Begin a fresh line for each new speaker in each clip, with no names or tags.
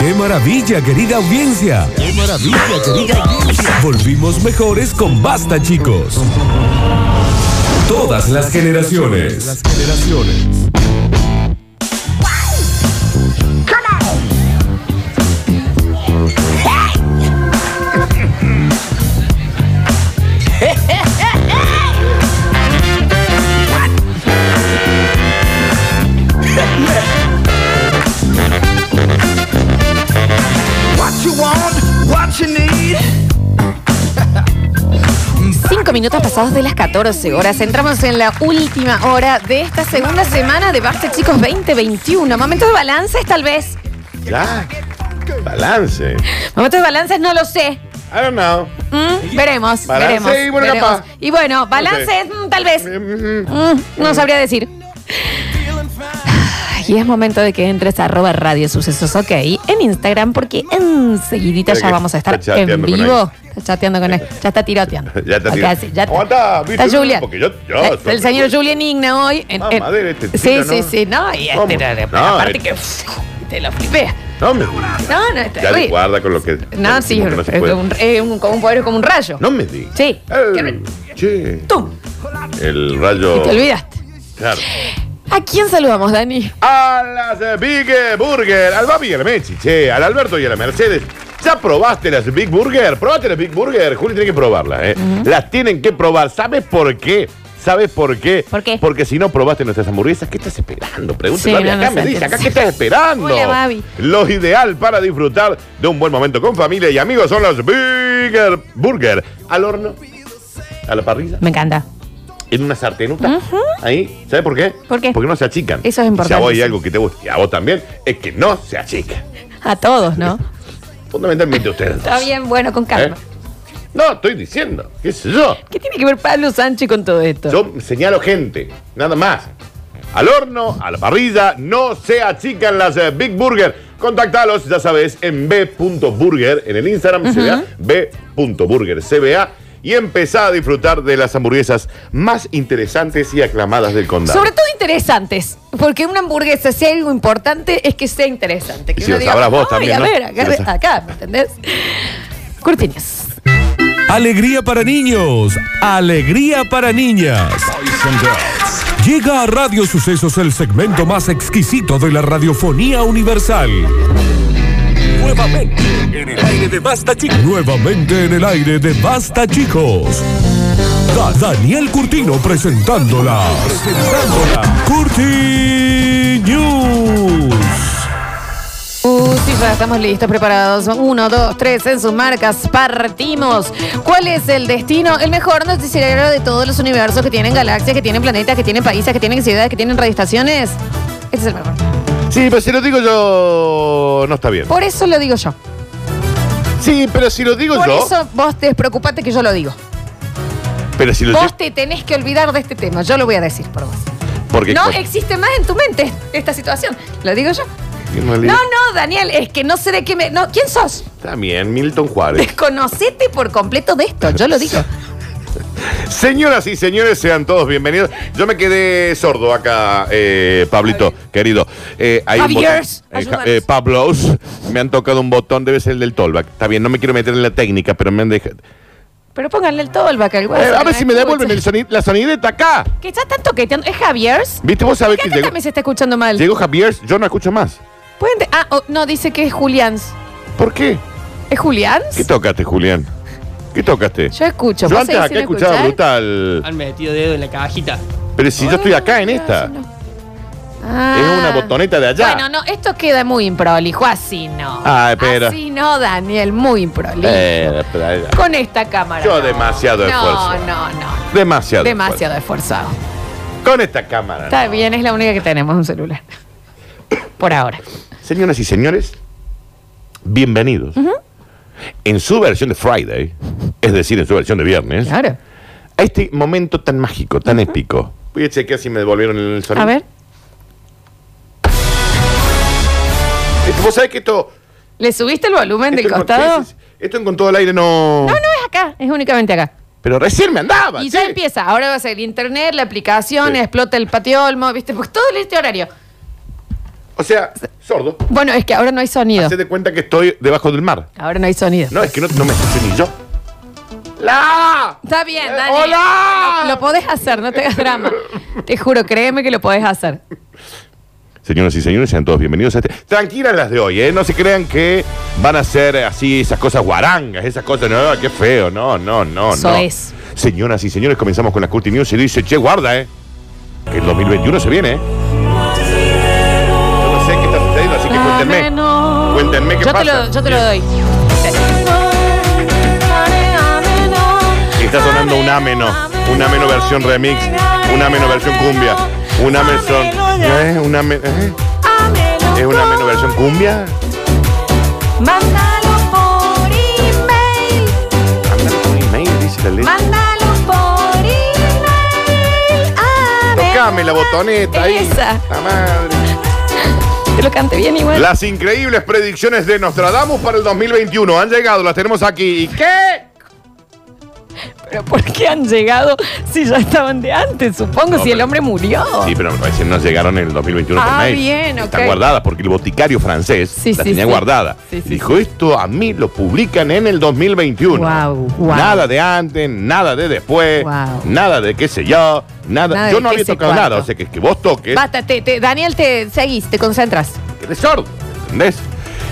¡Qué maravilla, querida audiencia!
¡Qué maravilla, querida audiencia!
Volvimos mejores con Basta, chicos. Todas las generaciones. Las generaciones.
Cinco minutos pasados de las 14 horas. Entramos en la última hora de esta segunda semana de Basta Chicos 2021. Momentos de balances, tal vez.
Ya. Balance.
Momentos de balances, no lo sé.
I don't know.
Mm, veremos,
Balance
veremos.
y bueno,
veremos.
capaz.
Y bueno, balances, mm, tal vez.
Mm,
Mm, no sabría decir. Y es momento de que entres a arroba radio sucesos, ok, en Instagram, porque enseguidita
Creo
ya
que
vamos a estar
está
en
chateando con
vivo. Está chateando con él. Ya está tiroteando.
Ya está
Acá
tirando.
sí, ya está.
Aguanta,
Está
bicho,
Julian.
porque yo- yo
El-
soy-
el señor Julian Igna hoy. en- en-
Mamadera, este
sí,
tiro,
sí,
¿no?
sí, no. Y
¿Cómo?
este, no, no,
No,
aparte
eh.
que uf, te lo flipea.
No me
No, no, está
Ya le
uy.
guarda con lo que. con
No,
lo
sí,
que no se
es
puede.
un, es un- como un poder como un rayo.
No me digas.
Sí.
Eh, che,
Tú,
El rayo.
te olvidaste.
Claro.
¿A quién saludamos, Dani?
A las eh, Big eh, Burger, al Babi y a la Mechi, che, al Alberto y a la Mercedes. ¿Ya probaste las Big Burger? Probate las Big Burger, Juli, tiene que probarlas, ¿eh? Las tienen que probar. ¿Sabes por qué? ¿Sabes por qué?
¿Por qué?
Porque si no probaste nuestras hamburguesas, ¿qué estás esperando? Pregúntale
Sí,
Babi,
no, no
acá, me
sé,
dice,
no
acá,
sé.
¿qué estás esperando?
Hola, Babi.
Lo ideal para disfrutar de un buen momento con familia y amigos son las Big Burger. Al horno, a la parrilla,
Me encanta.
en una sartenuta. Ahí, ¿sabes por qué?
¿Por qué?
Porque no se achican.
Eso es importante,
Si a vos hay
sí.
algo que te guste, y a vos también, es que no se achican.
A todos, ¿no?
Fundamentalmente ustedes. dos,
Está bien, bueno, con calma.
¿eh? No, estoy diciendo, qué sé yo.
¿Qué tiene que ver Pablo Sánchez con todo esto?
Yo señalo gente, nada más. Al horno, a la parrilla, no se achican las eh, Big Burger. Contactalos, ya sabes, en b.burger, en el Instagram, CBA, b.burger, CBA, y empezá a disfrutar de las hamburguesas más interesantes y aclamadas del condado.
Sobre todo interesantes, porque una hamburguesa, si hay algo importante, es que sea interesante. Que
Y si
uno
lo
diga,
sabrás vos
"Ay,
también,
A
¿no?
ver,
Si lo
acá,
sa-
acá, ¿me entendés? Cortinas.
Alegría para niños, alegría para niñas. Llega a Radio Sucesos el segmento más exquisito de la radiofonía universal. Nuevamente en el aire de Basta Chicos. Nuevamente en el aire de Basta Chicos. Da- Daniel Curtino presentándola. Presentándola. Curti News.
Uh, sí, ya estamos listos, preparados. Uno, dos, tres, en sus marcas, partimos. ¿Cuál es el destino? El mejor noticiero de todos los universos que tienen galaxias, que tienen planetas, que tienen países, que tienen ciudades, que tienen radioestaciones. Ese es el mejor.
Sí, pero si lo digo yo, no está bien.
Por eso lo digo yo.
Sí, pero si lo digo
Por
yo.
eso vos despreocupate que yo lo digo.
Pero si lo
Vos te tenés que olvidar de este tema. Yo lo voy a decir por vos.
Porque
No
con-
existe más en tu mente esta situación. Lo digo yo.
en realidad-
No, no, Daniel, es que no sé de qué me. No, ¿Quién sos?
También, Milton Juárez.
Desconocete por completo de esto. Yo lo digo.
Señoras y señores, sean todos bienvenidos. Yo me quedé sordo acá, eh, Pablito, querido. Eh, hay un
Javiers,
botón- eh, ja-
ayúdanos.
eh, Pablos, me han tocado un botón, debe ser el del Tolback. Está bien, no me quiero meter en la técnica, pero me han dejado.
Pero pónganle el todo al vaca al
Eh,
guaso,
a
que
ver
la
si me devuelven
escucha.
el soni- la sonideta acá.
Que ya están toqueteando. ¿Es Javiers?
¿Viste? Vos sabés
¿Por qué
que
acá
llegó,
también se está escuchando mal?
llegó Javier, yo no escucho más.
¿Pueden de- Ah, oh, no, dice que es Julians.
¿Por qué?
¿Es
¿Qué
Julians?
tocaste, Julián? ¿Qué tocaste?
Yo escucho.
Yo,
¿Vos
antes
seguís
acá
sin
escuchaba
escuchar?
brutal.
Han metido dedo en la cajita.
Pero si yo estoy acá en
Ah,
esta.
sí, no.
Es una
Ah.
botoneta de allá.
Bueno, no, esto queda muy improlijo, así no.
Ay, pero-
Así no, Daniel, muy improlijo.
Eh, pero, eh,
Con esta cámara.
Yo
no.
demasiado
no,
esfuerzo.
No, no,
demasiado.
Demasiado esfuerzo. hago.
esfuerzo. Con esta cámara.
Está
no.
bien, es la única que tenemos un celular. Por ahora.
Señoras y señores, bienvenidos. En su versión de Friday, es decir, en su versión de viernes,
Claro.
a este momento tan mágico, tan épico. Voy a chequear si me devolvieron el sonido.
A ver,
Esto- Vos sabés que esto.
¿le subiste el volumen
esto
del
en-
costado?
sí, sí, sí. Esto en con todo el aire no.
No, no es acá, es únicamente acá.
Pero recién me andaba.
Y
che.
ya empieza. Ahora va a ser internet, la aplicación,
Sí.
explota el patiolmo, ¿viste? Porque todo en este horario.
O sea, sordo.
Bueno, es que ahora no hay sonido.
Se de cuenta que estoy debajo del mar.
Ahora no hay sonido.
No, es que no, no me escucho ni yo. ¡La!
Está bien,
Eh,
Dani.
¡hola!
Lo, lo podés hacer, no te hagas drama. Te juro, créeme que lo podés hacer.
Señoras y señores, sean todos bienvenidos a este. Tranquilas las de hoy, ¿eh? No se crean que van a ser así esas cosas guarangas, esas cosas. No, qué feo. No, no, no,
Eso
no.
es.
Señoras y señores, comenzamos con las Curti News y dice, che, guarda, ¿eh? Que el 2021 se viene, ¿eh? Yo no sé qué está sucediendo, así que cuéntenme. Cuéntenme qué
yo
pasa.
Te lo, yo te lo doy.
Y está sonando un ameno, un ameno versión remix, un ameno versión cumbia, un ameno, ¿eh? un ameno, ¿eh? es un ameno versión cumbia.
Mándalo por email.
Anda por email, dice la letra.
Mándalo por email. Ah,
Tocame la botoneta ahí.
Esa.
La madre.
Que lo cante bien igual.
Las increíbles predicciones de Nostradamus para el 2021 han llegado, las tenemos aquí. ¿Y qué?
Pero ¿por qué han llegado si ya estaban de antes? Supongo,
No,
si el
pero-
hombre murió.
Sí, pero recién nos llegaron en el 2021 por
Ah,
mail.
bien,
Están
ok.
guardadas porque el boticario francés
Sí,
la
sí,
tenía
sí.
guardada.
Sí, sí,
Dijo, esto a mí lo publican en el 2021.
Guau, guau.
Nada de antes, nada de después,
Guau.
nada de qué sé yo, nada.
Nada
yo
de
no
qué
había
sé
tocado
cuánto.
nada, o sea que, que vos toques,
Basta, te- te- Daniel, te seguís, te concentras.
que eres sordo, ¿entendés?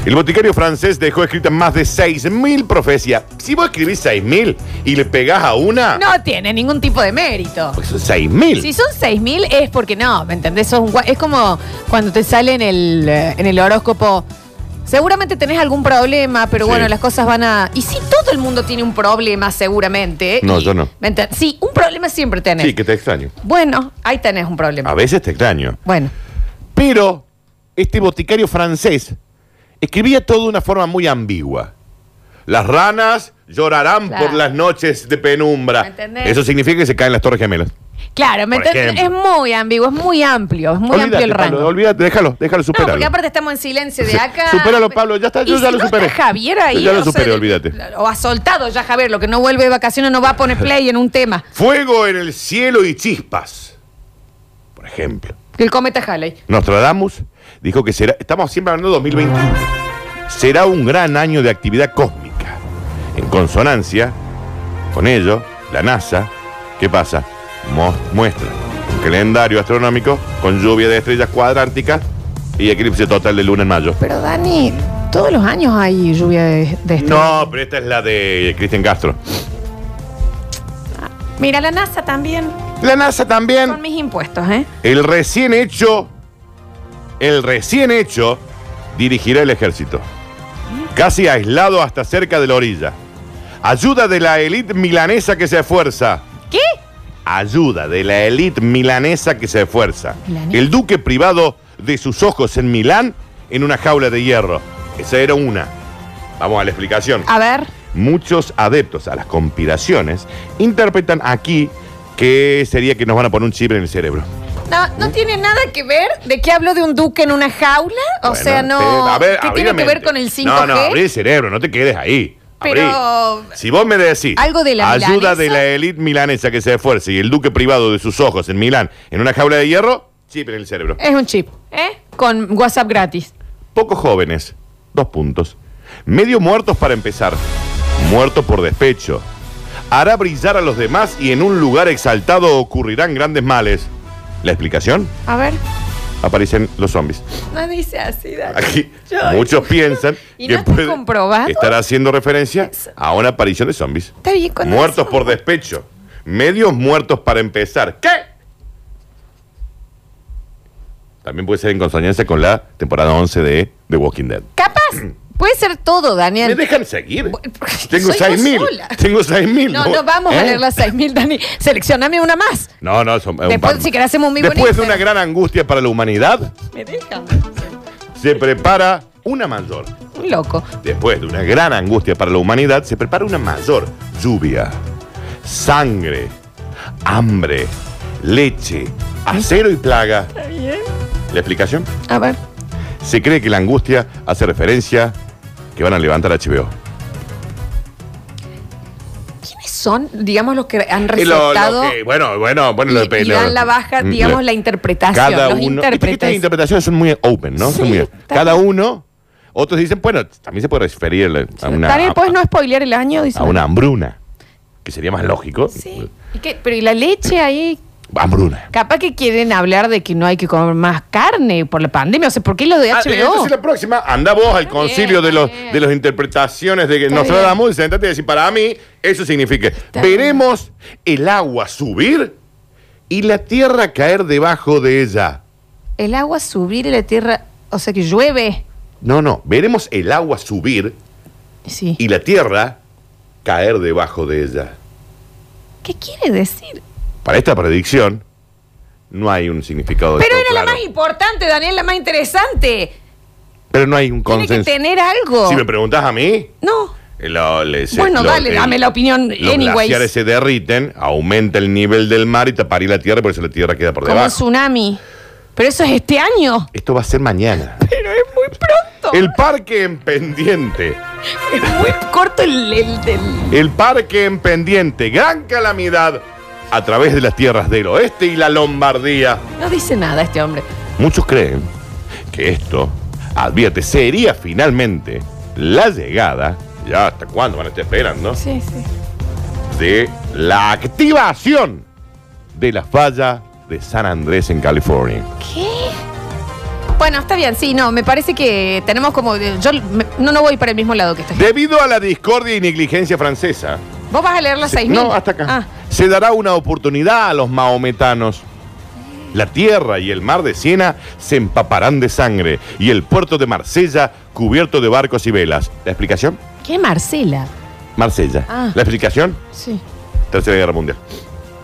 El boticario francés dejó escritas más de 6.000 profecías. Si vos escribís 6.000 y le pegás a una,
No tiene ningún tipo de mérito.
pues son 6.000.
Si son 6.000 es porque no, ¿me entendés? Sos un gua- es como cuando te sale en el, eh, en el horóscopo, seguramente tenés algún problema, pero
Sí.
bueno, las cosas van a... Y sí, todo el mundo tiene un problema seguramente.
No,
y-
yo no.
¿me enten- Sí, un problema siempre tenés.
Sí, que te extraño.
Bueno, ahí tenés un problema.
A veces te extraño.
Bueno,
Pero este boticario francés escribía todo de una forma muy ambigua. Las ranas llorarán
Claro.
por las noches de
¿Me
penumbra.
entendés?
Eso significa que se caen las torres gemelas.
claro, ¿me
Por
entendés? Es
ejemplo.
muy ambiguo, es muy amplio, es muy amplio el rango.
Pablo, olvídate, déjalo, déjalo,
No,
superalo.
porque aparte estamos en silencio de
Sí,
acá.
supéralo, Pablo, ya está, yo
Y
ya
si
lo
no
superé.
está Javier ahí,
Ya lo
o sea,
superé,
de-
olvídate.
O ha soltado ya Javier, lo que no vuelve de vacaciones no va a poner play en un tema.
Fuego en el cielo y chispas. Por ejemplo.
Que el cometa Halley.
Nostradamus dijo que será, estamos siempre hablando de 2021, será un gran año de actividad cósmica. En consonancia con ello, la NASA, ¿qué pasa? Mo- muestra un calendario astronómico con lluvia de estrellas cuadránticas y eclipse total de luna en mayo.
Pero Dani, todos los años hay lluvia de, de este.
No, pero esta es la de Cristian Castro.
Mira, la NASA también.
La NASA también.
Son mis impuestos, ¿eh?
El recién hecho, el recién hecho, dirigirá el ejército. Casi aislado hasta cerca de la orilla. Ayuda de la élite milanesa que se esfuerza.
¿Qué?
Ayuda de la élite milanesa que se esfuerza.
Milanesa.
El duque privado de sus ojos en Milán en una jaula de hierro. Esa era una. Vamos a la explicación.
A ver.
Muchos adeptos a las conspiraciones interpretan aquí que sería que nos van a poner un chip en el cerebro.
No, no tiene nada que ver de que hablo de un duque en una jaula. O
Bueno,
sea, no.
te- a ver,
¿Qué
abrí
tiene
la
que ver
mente.
con el 5G?
No, no, abrí el cerebro, no te quedes ahí. Abrí.
Pero-
Si vos me decís.
Algo de la
Ayuda
milanesa.
de la élite milanesa que se esfuerce y el duque privado de sus ojos en Milán en una jaula de hierro, chip en el cerebro.
Es un chip, ¿eh? Con WhatsApp gratis.
Pocos jóvenes, dos puntos. Medio muertos para empezar. Muerto por despecho. Hará brillar a los demás y en un lugar exaltado ocurrirán grandes males. ¿La explicación?
A ver.
Aparecen los zombies.
No dice así, Dani.
Aquí
Yo-
muchos piensan
¿Y
que
no está comprobado?
estar haciendo referencia a una aparición de zombies.
Está bien con
Muertos
eso.
por despecho. Medios muertos para empezar. ¿Qué? También puede ser en consonancia con la temporada 11 de The Walking Dead.
Capaz. Puede ser todo,
¿Me
Daniel.
dejan seguir?
Bu-
Tengo
Soy yo
6.000.
sola.
Tengo 6.000.
No, no vamos
¿Eh?
a leer las 6.000, Dani. Seleccioname una más.
No, no, son, es un
Después,
par-
si querés, hacemos un muy
Después
bonito.
de una gran angustia para la humanidad,
Me dejan.
se prepara una mayor.
Un loco.
Después de una gran angustia para la humanidad, se prepara una mayor lluvia, sangre, hambre, leche, acero y plaga. ¿La explicación?
A ver.
Se cree que la angustia hace referencia que van a levantar a HBO.
¿Quiénes son, digamos, los que han
Y lo- lo
resultado
que- bueno, bueno, bueno,
y,
lo de-
y dan la baja,
Mm,
digamos, la interpretación.
Cada
los
uno. viste que Estas
intérpretes.
interpretaciones son muy open, ¿no?
Sí,
son muy,
está
cada uno. Otros dicen, bueno, también se puede referir a una,
Daniel, ¿puedes no
a,
spoilear el año? Dice.
a una hambruna, que sería más lógico.
Sí. ¿Y qué? Pero ¿y la leche ahí?
Hambruna.
Capaz que quieren hablar de que no hay que comer más carne por la pandemia. O sea, ¿por qué lo de
Ah,
HBO?
entonces la próxima, anda vos al concilio
bien,
de los
está bien.
de las interpretaciones de que
Está
Nostradamus y sentate y decir, para mí, eso significa,
bien.
veremos el agua subir y la tierra caer debajo de ella.
El agua subir y la tierra. O sea, que llueve.
No, no, veremos el agua subir
Sí.
y la tierra caer debajo de ella.
¿Qué quiere decir?
Para esta predicción no hay un significado.
Pero
del
era
todo
la
claro.
más importante, Daniel, la más interesante.
Pero no hay un
Tiene que
consenso.
tener algo.
Si me preguntas a mí,
No.
lo- ah, le- se-
Bueno,
lo-
dale, dame la opinión,
Los
anyways.
glaciares se derriten, aumenta el nivel del mar y taparía la tierra, por eso la tierra queda por
Como un
debajo.
tsunami. Pero eso es este año.
Esto va a ser mañana.
Pero es muy pronto.
El parque en pendiente.
Es muy corto el, el- el-
El parque en pendiente. Gran calamidad a través de las tierras del oeste y la Lombardía.
No dice nada este hombre.
Muchos creen que esto, advierte, sería finalmente la llegada, ya hasta cuándo van a estar esperando,
Sí, sí.
de la activación de la falla de San Andrés en California.
¿Qué? Bueno, está bien, sí, no, me parece que tenemos como. eh, Yo me- no, no voy para el mismo lado que estoy.
Debido a la discordia y negligencia francesa,
Vos vas a leer las
se-
6.000.
no, hasta acá,
Ah,
se dará una oportunidad a los maometanos. La tierra y el mar de Siena se empaparán de sangre y el puerto de Marsella cubierto de barcos y velas. ¿La explicación?
¿qué Marcela?
Marsella.
Ah.
¿La explicación?
Sí.
Tercera Guerra Mundial.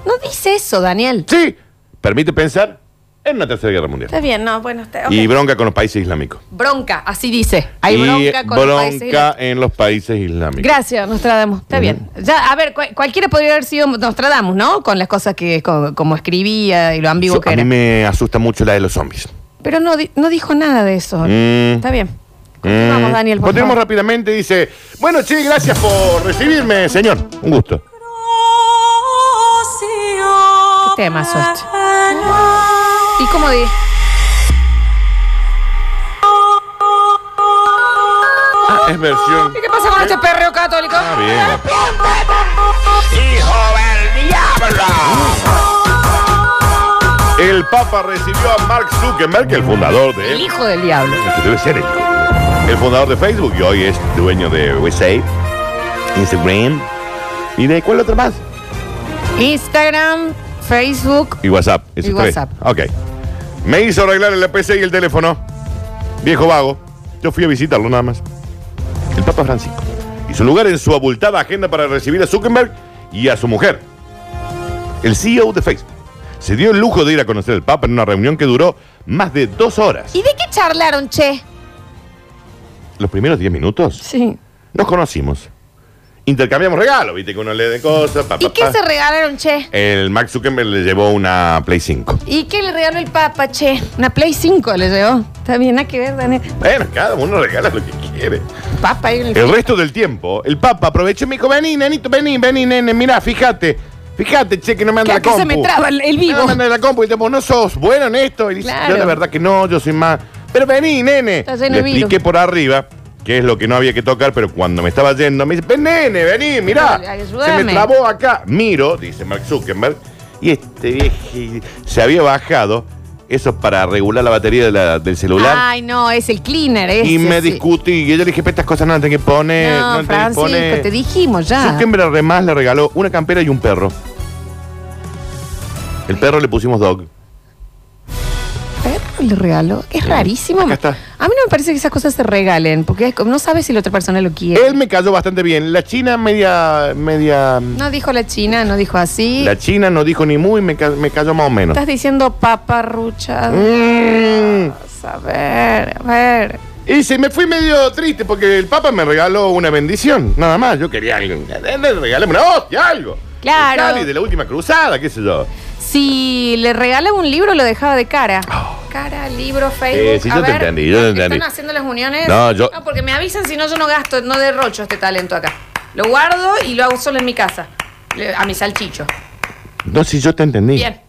No dice eso, Daniel.
Sí, permite pensar en una Tercera Guerra Mundial.
Está bien, no, bueno, está. Eh, ok.
Y bronca con los países islámicos.
Bronca, así dice. Hay
y
bronca con los
bronca
países de-
en los países islámicos.
Gracias, Nostradamus. Está bien. Ya, a ver, cual- cualquiera podría haber sido Nostradamus, ¿no? Con las cosas que, co- como escribía y lo ambiguo
Yo-
que
a mí
era.
me asusta mucho la de los zombies.
Pero no, di- no dijo nada de eso.
Mm.
Está bien. Continuamos,
Mm.
Daniel, por
Continuamos
favor.
rápidamente. Dice, bueno, che, gracias por recibirme, señor. Un gusto.
¿Qué tema esto? ¿Y cómo di?
Ah, es versión.
¿Y qué pasa con este perreo católico?
Ah, bien. El Papa recibió a Mark Zuckerberg, el fundador de...
El hijo del diablo.
El que debe ser el, el fundador de Facebook y hoy es dueño de WhatsApp, Instagram y de cuál otro más.
Instagram, Facebook.
Y WhatsApp. esos
Y
tres.
WhatsApp.
Ok. Me hizo arreglar el PC y el teléfono. Viejo vago. Yo fui a visitarlo nada más. El Papa Francisco. Y su lugar en su abultada agenda para recibir a Zuckerberg y a su mujer. El CEO de Facebook. Se dio el lujo de ir a conocer al Papa en una reunión que duró más de dos horas.
¿Y de qué charlaron, che?
Los primeros diez minutos.
Sí.
Nos conocimos. Intercambiamos regalos, viste que uno le de cosas. pa,
¿Y
pa,
qué
pa.
se regalaron, che?
El Mark Zuckerberg le llevó una Play 5.
¿Y qué le regaló el Papa, che? Una Play 5 le llevó. Está bien, nada que ver, Daniel.
Bueno, cada uno regala lo que quiere.
Papa ahí en el...
El resto del tiempo, el Papa aprovechó y me dijo, vení, nenito, vení, vení, nene, mirá, fíjate. Fíjate, che, que no me
Que
anda la
acá
compu.
se me traba el- el vivo.
No me anda la compu. Y te digo, no sos bueno en esto. Y dice,
Claro.
yo la verdad que no, yo soy más... Pero vení, nene.
Está lleno
Le
de virus.
expliqué por arriba que es lo que no había que tocar, pero cuando me estaba yendo me dice, ven, nene, vení, mirá.
Ay,
Se
ayúdame.
me trabó acá. Miro, dice Mark Zuckerberg, y este vieje se había bajado. Eso es para regular la batería de la- del celular.
Ay, no, es el cleaner, ese.
Y me
sí.
discutí. Y yo le dije, "Pero estas cosas no las tenés que poner.
No,
las tenés que
Francisco,
poner".
te dijimos ya.
Zuckerberg además le regaló una campera y un perro. El perro le pusimos dog.
Perro le regaló. Es rarísimo.
acá está.
A mí no me parece que esas cosas se regalen, porque es como- no sabes si la otra persona lo quiere.
Él me cayó bastante bien. La china media... media mm,
No dijo la china, no dijo así.
La china no dijo ni muy, me, ca- me cayó más o menos.
Estás diciendo paparrucha.
Mm.
A ver, a ver.
Y se me fui medio triste porque el Papa me regaló una bendición. Nada más, yo quería algo. Regálame una hostia, algo.
Claro.
El Cali de la última cruzada, qué sé yo.
Si le regalaba un libro, lo dejaba de cara. Cara, libro, Facebook.
Eh, Oh. sí,
a
yo te
ver,
entendí, yo te entendí.
¿Están haciendo las uniones?
No, yo-
No, porque me avisan, si no, yo no gasto, no derrocho este talento acá. Lo guardo y lo hago solo en mi casa.
le- a mi salchicho.
No, si yo te entendí.
Bien.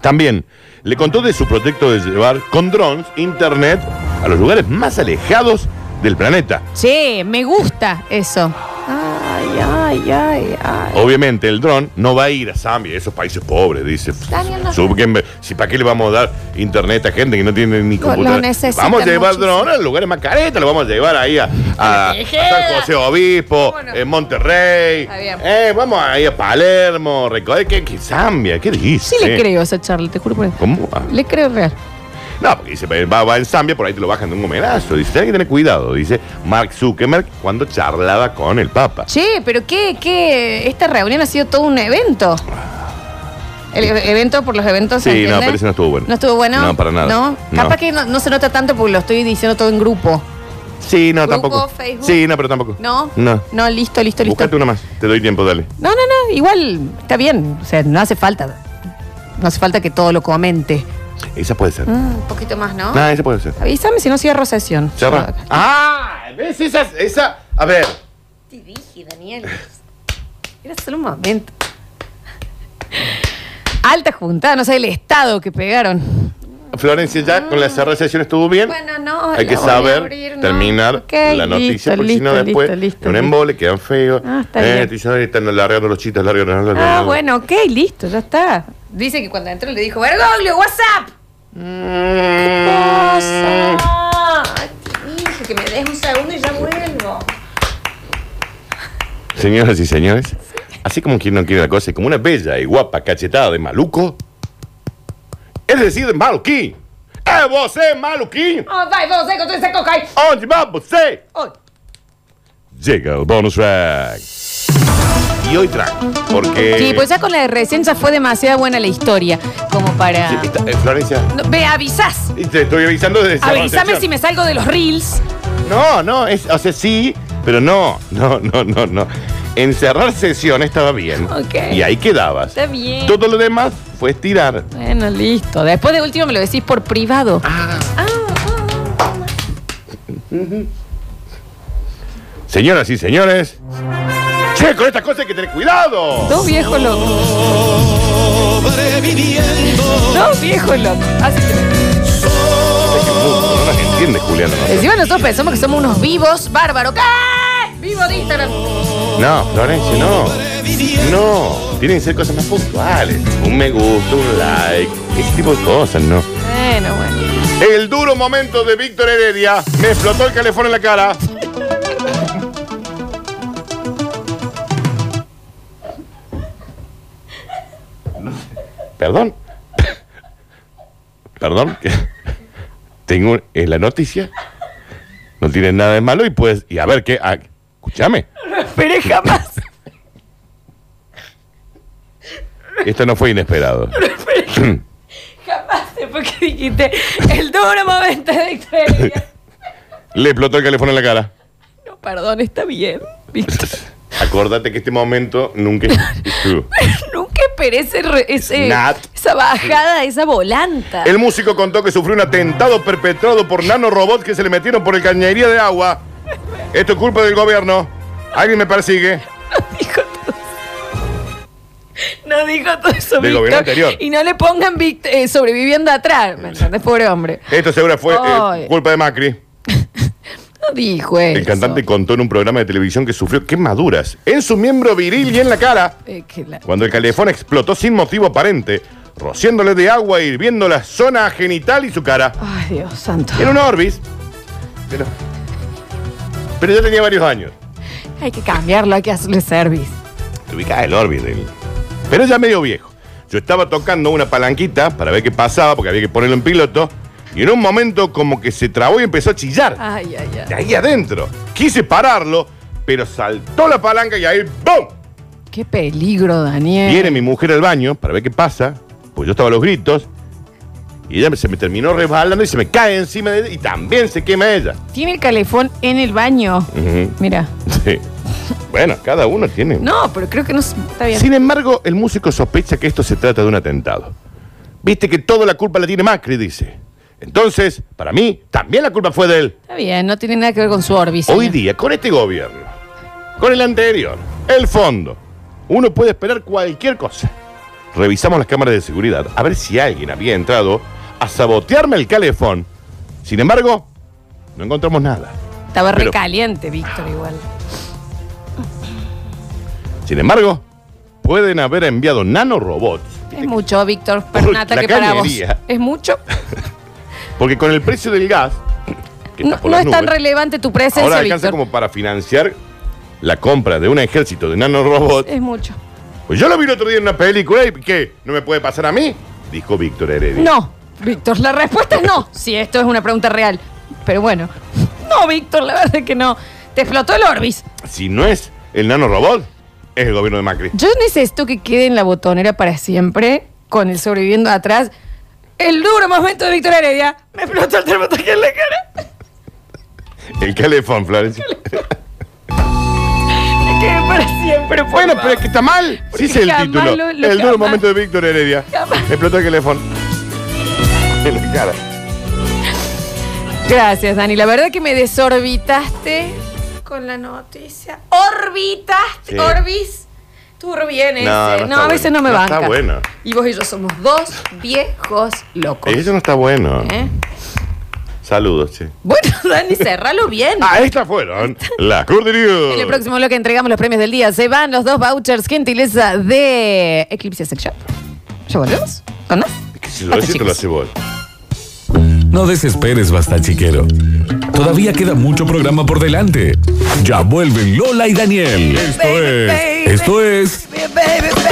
También le contó de su proyecto de llevar con drones internet a los lugares más alejados del planeta.
Che, me gusta eso. Ay, ay, ay, ay.
Obviamente el dron no va a ir a Zambia, esos países pobres, dice.
Daniel, no-
Zuckerberg, si para qué le vamos a dar internet a gente que no tiene ni computadora.
necesitan
vamos a llevar
muchísimo.
dron a lugares más caretas, lo vamos a llevar ahí a, a-
A la
a
Tejeda.
San José Obispo,
Bueno.
en Monterrey.
Está bien.
Eh, vamos ahí a Palermo, Recoder, que, que Zambia, ¿qué dice?
Sí, le creo a esa charla, te juro por eso.
¿Cómo? Ah. va?
Le creo real.
No, porque dice, eh, va, va en Zambia, por ahí te lo bajan de un gomerazo. Dice, hay que tener cuidado, dice Mark Zuckerberg cuando charlaba con el Papa.
Che, pero qué, qué, esta reunión ha sido todo un evento. El e- evento por los eventos.
Sí,
¿se entiende?
no, pero ese no estuvo bueno.
¿No estuvo bueno?
No, para nada.
¿No?
No.
Capaz que no, no se nota tanto porque lo estoy diciendo todo en grupo.
Sí, no,
Grupo,
tampoco.
Facebook.
Sí, no, pero tampoco.
¿No?
No.
No, listo, listo, listo.
Búscate una más. Te doy tiempo, dale.
No, no, no, igual está bien. O sea, no hace falta. No hace falta que todo lo comente.
Esa puede ser.
Mm, un poquito más, ¿no?
No, esa puede ser.
Avísame si no cierro sesión.
Cerra. Ah, ¿ves? Esa, esa. A ver.
Te dije, Daniel. Era solo un momento. Alta juntada, no sé el estado que pegaron.
Florencia, ya con la cerrada sesión estuvo bien.
Mm. Bueno, no,
Hay
la
que
voy a
saber
abrir, no.
terminar
Ok,
la noticia,
listo,
porque si no
listo,
después
listo, listo,
un
listo.
embole, quedan feos.
Ah, está
Eh,
bien.
te dicen, "Ay, están largando los chitos, largan. largan,
Ah,
largan".
bueno, ok, listo, ya está. Dice que cuando entró le dijo, Bergoglio, WhatsApp.
Mm.
Te dije que me des un segundo y ya vuelvo.
Señoras y señores, así como quien no quiere la cosa, y como una bella y guapa cachetada de maluco, es decir, maluquín. ¡Eh, vos, eh, maluquín!
Oh, vai, vos, eh, con todo ese coca ahí.
¡Onde va você?
Oh.
Llega el bonus track. Y hoy track, porque...
Sí, pues ya con la de recién ya fue demasiado buena la historia. Como para.
Sí, está- eh, Florencia,
No, me avisás.
y te estoy avisando desde... esa
Avísame
sección.
si me salgo de los reels.
No, no, es, o sea, sí, pero no, no, no, no, no. Encerrar sesión estaba bien.
Ok.
Y ahí quedabas.
Está bien.
Todo lo demás fue estirar.
Bueno, listo. Después de último me lo decís por privado. Ah, ah, ah.
Señoras y señores. Che, con estas cosas hay que tener cuidado.
Dos viejos locos. Dos viejos locos. Ah, Así que-
Es que el mundo No las entiende, Julián.
Encima nosotros pensamos que somos unos vivos bárbaros. ¿Qué? Vivo de Instagram.
No, Florencia, no. No. Tienen que ser cosas más puntuales. Un me gusta, un like. Ese tipo de cosas, no.
Bueno, bueno.
El duro momento de Víctor Heredia. Me explotó el calefón en la cara. Perdón. Perdón. que Tengo en la noticia. No tiene nada de malo y pues. Y a ver qué. ah, escúchame.
Esperé jamás.
Esto no fue inesperado.
Jamás después que dijiste el duro momento de Victoria.
Le explotó el calefón en la cara.
No, perdón, está bien. Víctor.
Acordate que este momento nunca estuvo.
Nunca esperé ese, re- ese-
Nat.
esa bajada, esa volanta.
El músico contó que sufrió un atentado perpetrado por nanorobots que se le metieron por el cañería de agua. Esto es culpa del gobierno. Alguien me persigue.
Dijo todo. No dijo todo eso,
Del
Víctor.
gobierno anterior.
Y no le pongan Víctor- eh, sobreviviendo atrás, ¿me entendés? Pobre hombre.
Esto seguro fue eh,
Ay.
culpa de Macri.
No dijo eso.
El cantante contó en un programa de televisión que sufrió quemaduras en su miembro viril y en la cara
Eh, que la-
cuando el calefón explotó sin motivo aparente, rociándole de agua e hirviendo la zona genital y su cara.
Ay, Dios santo.
Era un Orbis. Pero, pero ya tenía varios años.
Hay que cambiarlo, hay que hacerle service.
Te ubicás el Orbis del- Pero ya medio viejo. Yo estaba tocando una palanquita para ver qué pasaba, porque había que ponerlo en piloto. Y en un momento como que se trabó y empezó a chillar.
Ay, ay,
De
ay.
ahí adentro. Quise pararlo, pero saltó la palanca y ahí ¡BOOM!
Qué peligro, Daniel.
Viene mi mujer al baño para ver qué pasa. Pues yo estaba a los gritos. Y ella se me terminó resbalando y se me cae encima de ella. Y también se quema ella.
Tiene el calefón en el baño.
Ujú.
Mira.
Sí. Bueno, cada uno tiene...
No, pero creo que no. se- Está bien.
Sin embargo, el músico sospecha que esto se trata de un atentado. Viste que toda la culpa la tiene Macri, dice. Entonces, para mí, también la culpa fue de él.
Está bien, no tiene nada que ver con su Orbis.
Hoy día, con este gobierno, con el anterior, el fondo, Uno puede esperar cualquier cosa. Revisamos las cámaras de seguridad a ver si alguien había entrado a sabotearme el calefón. Sin embargo, no encontramos nada.
Estaba
Pero-
recaliente, Víctor, igual.
Sin embargo, pueden haber enviado nanorobots.
Es mucho, Víctor, para un
Porque la
ataque para vos.
cañería.
Es mucho.
Porque con el precio del gas, que
No,
está por
no
las
es tan
nubes,
relevante tu
ahora
presencia,
alcanza
Víctor.
como para financiar la compra de un ejército de nanorobots.
Es mucho.
Pues yo lo vi el otro día en una película y ¿qué? ¿No me puede pasar a mí? Dijo Víctor Heredia.
No, Víctor, la respuesta es no. Si esto es una pregunta real. Pero bueno. No, Víctor, la verdad es que no. Te explotó el Orbis.
Si no es el nanorobot, es el gobierno de Macri.
Yo necesito que quede en la botonera para siempre, con el sobreviviendo atrás. El duro momento de Víctor Heredia. Me explotó el termotaque en la cara.
El calefón, Florencia.
Me quedé para siempre. por
Bueno, pero
favor.
es que está mal.
Porque
Sí, ese es el
jamás
título.
lo- lo
el duro
jamás.
momento de Víctor Heredia.
Jamás.
Me Explotó el calefón. En la cara.
Gracias, Dani. La verdad que me desorbitaste con la noticia. Orbitaste,
Sí.
Orbis. Tú bien ese.
No,
No,
no está
a veces
bueno.
no me
No
banca.
está bueno.
Y vos y yo somos dos viejos locos.
Eso no está bueno.
¿eh?
Saludos, che.
Bueno, Dani, cerralo bien.
Ah, estas fueron las Curdi News.
En el próximo bloque entregamos los premios del día. Se van los dos vouchers, gentileza de Eclipse Sex Shop. ¿Ya volvemos? ¿Con más?
Si lo
Hasta,
haces, te lo
chicos.
hace vos.
No desesperes, basta chiquero. Todavía queda mucho programa por delante. Ya vuelven Lola y Daniel. Esto
Baby,
es.
baby.
Esto es.
Baby, baby.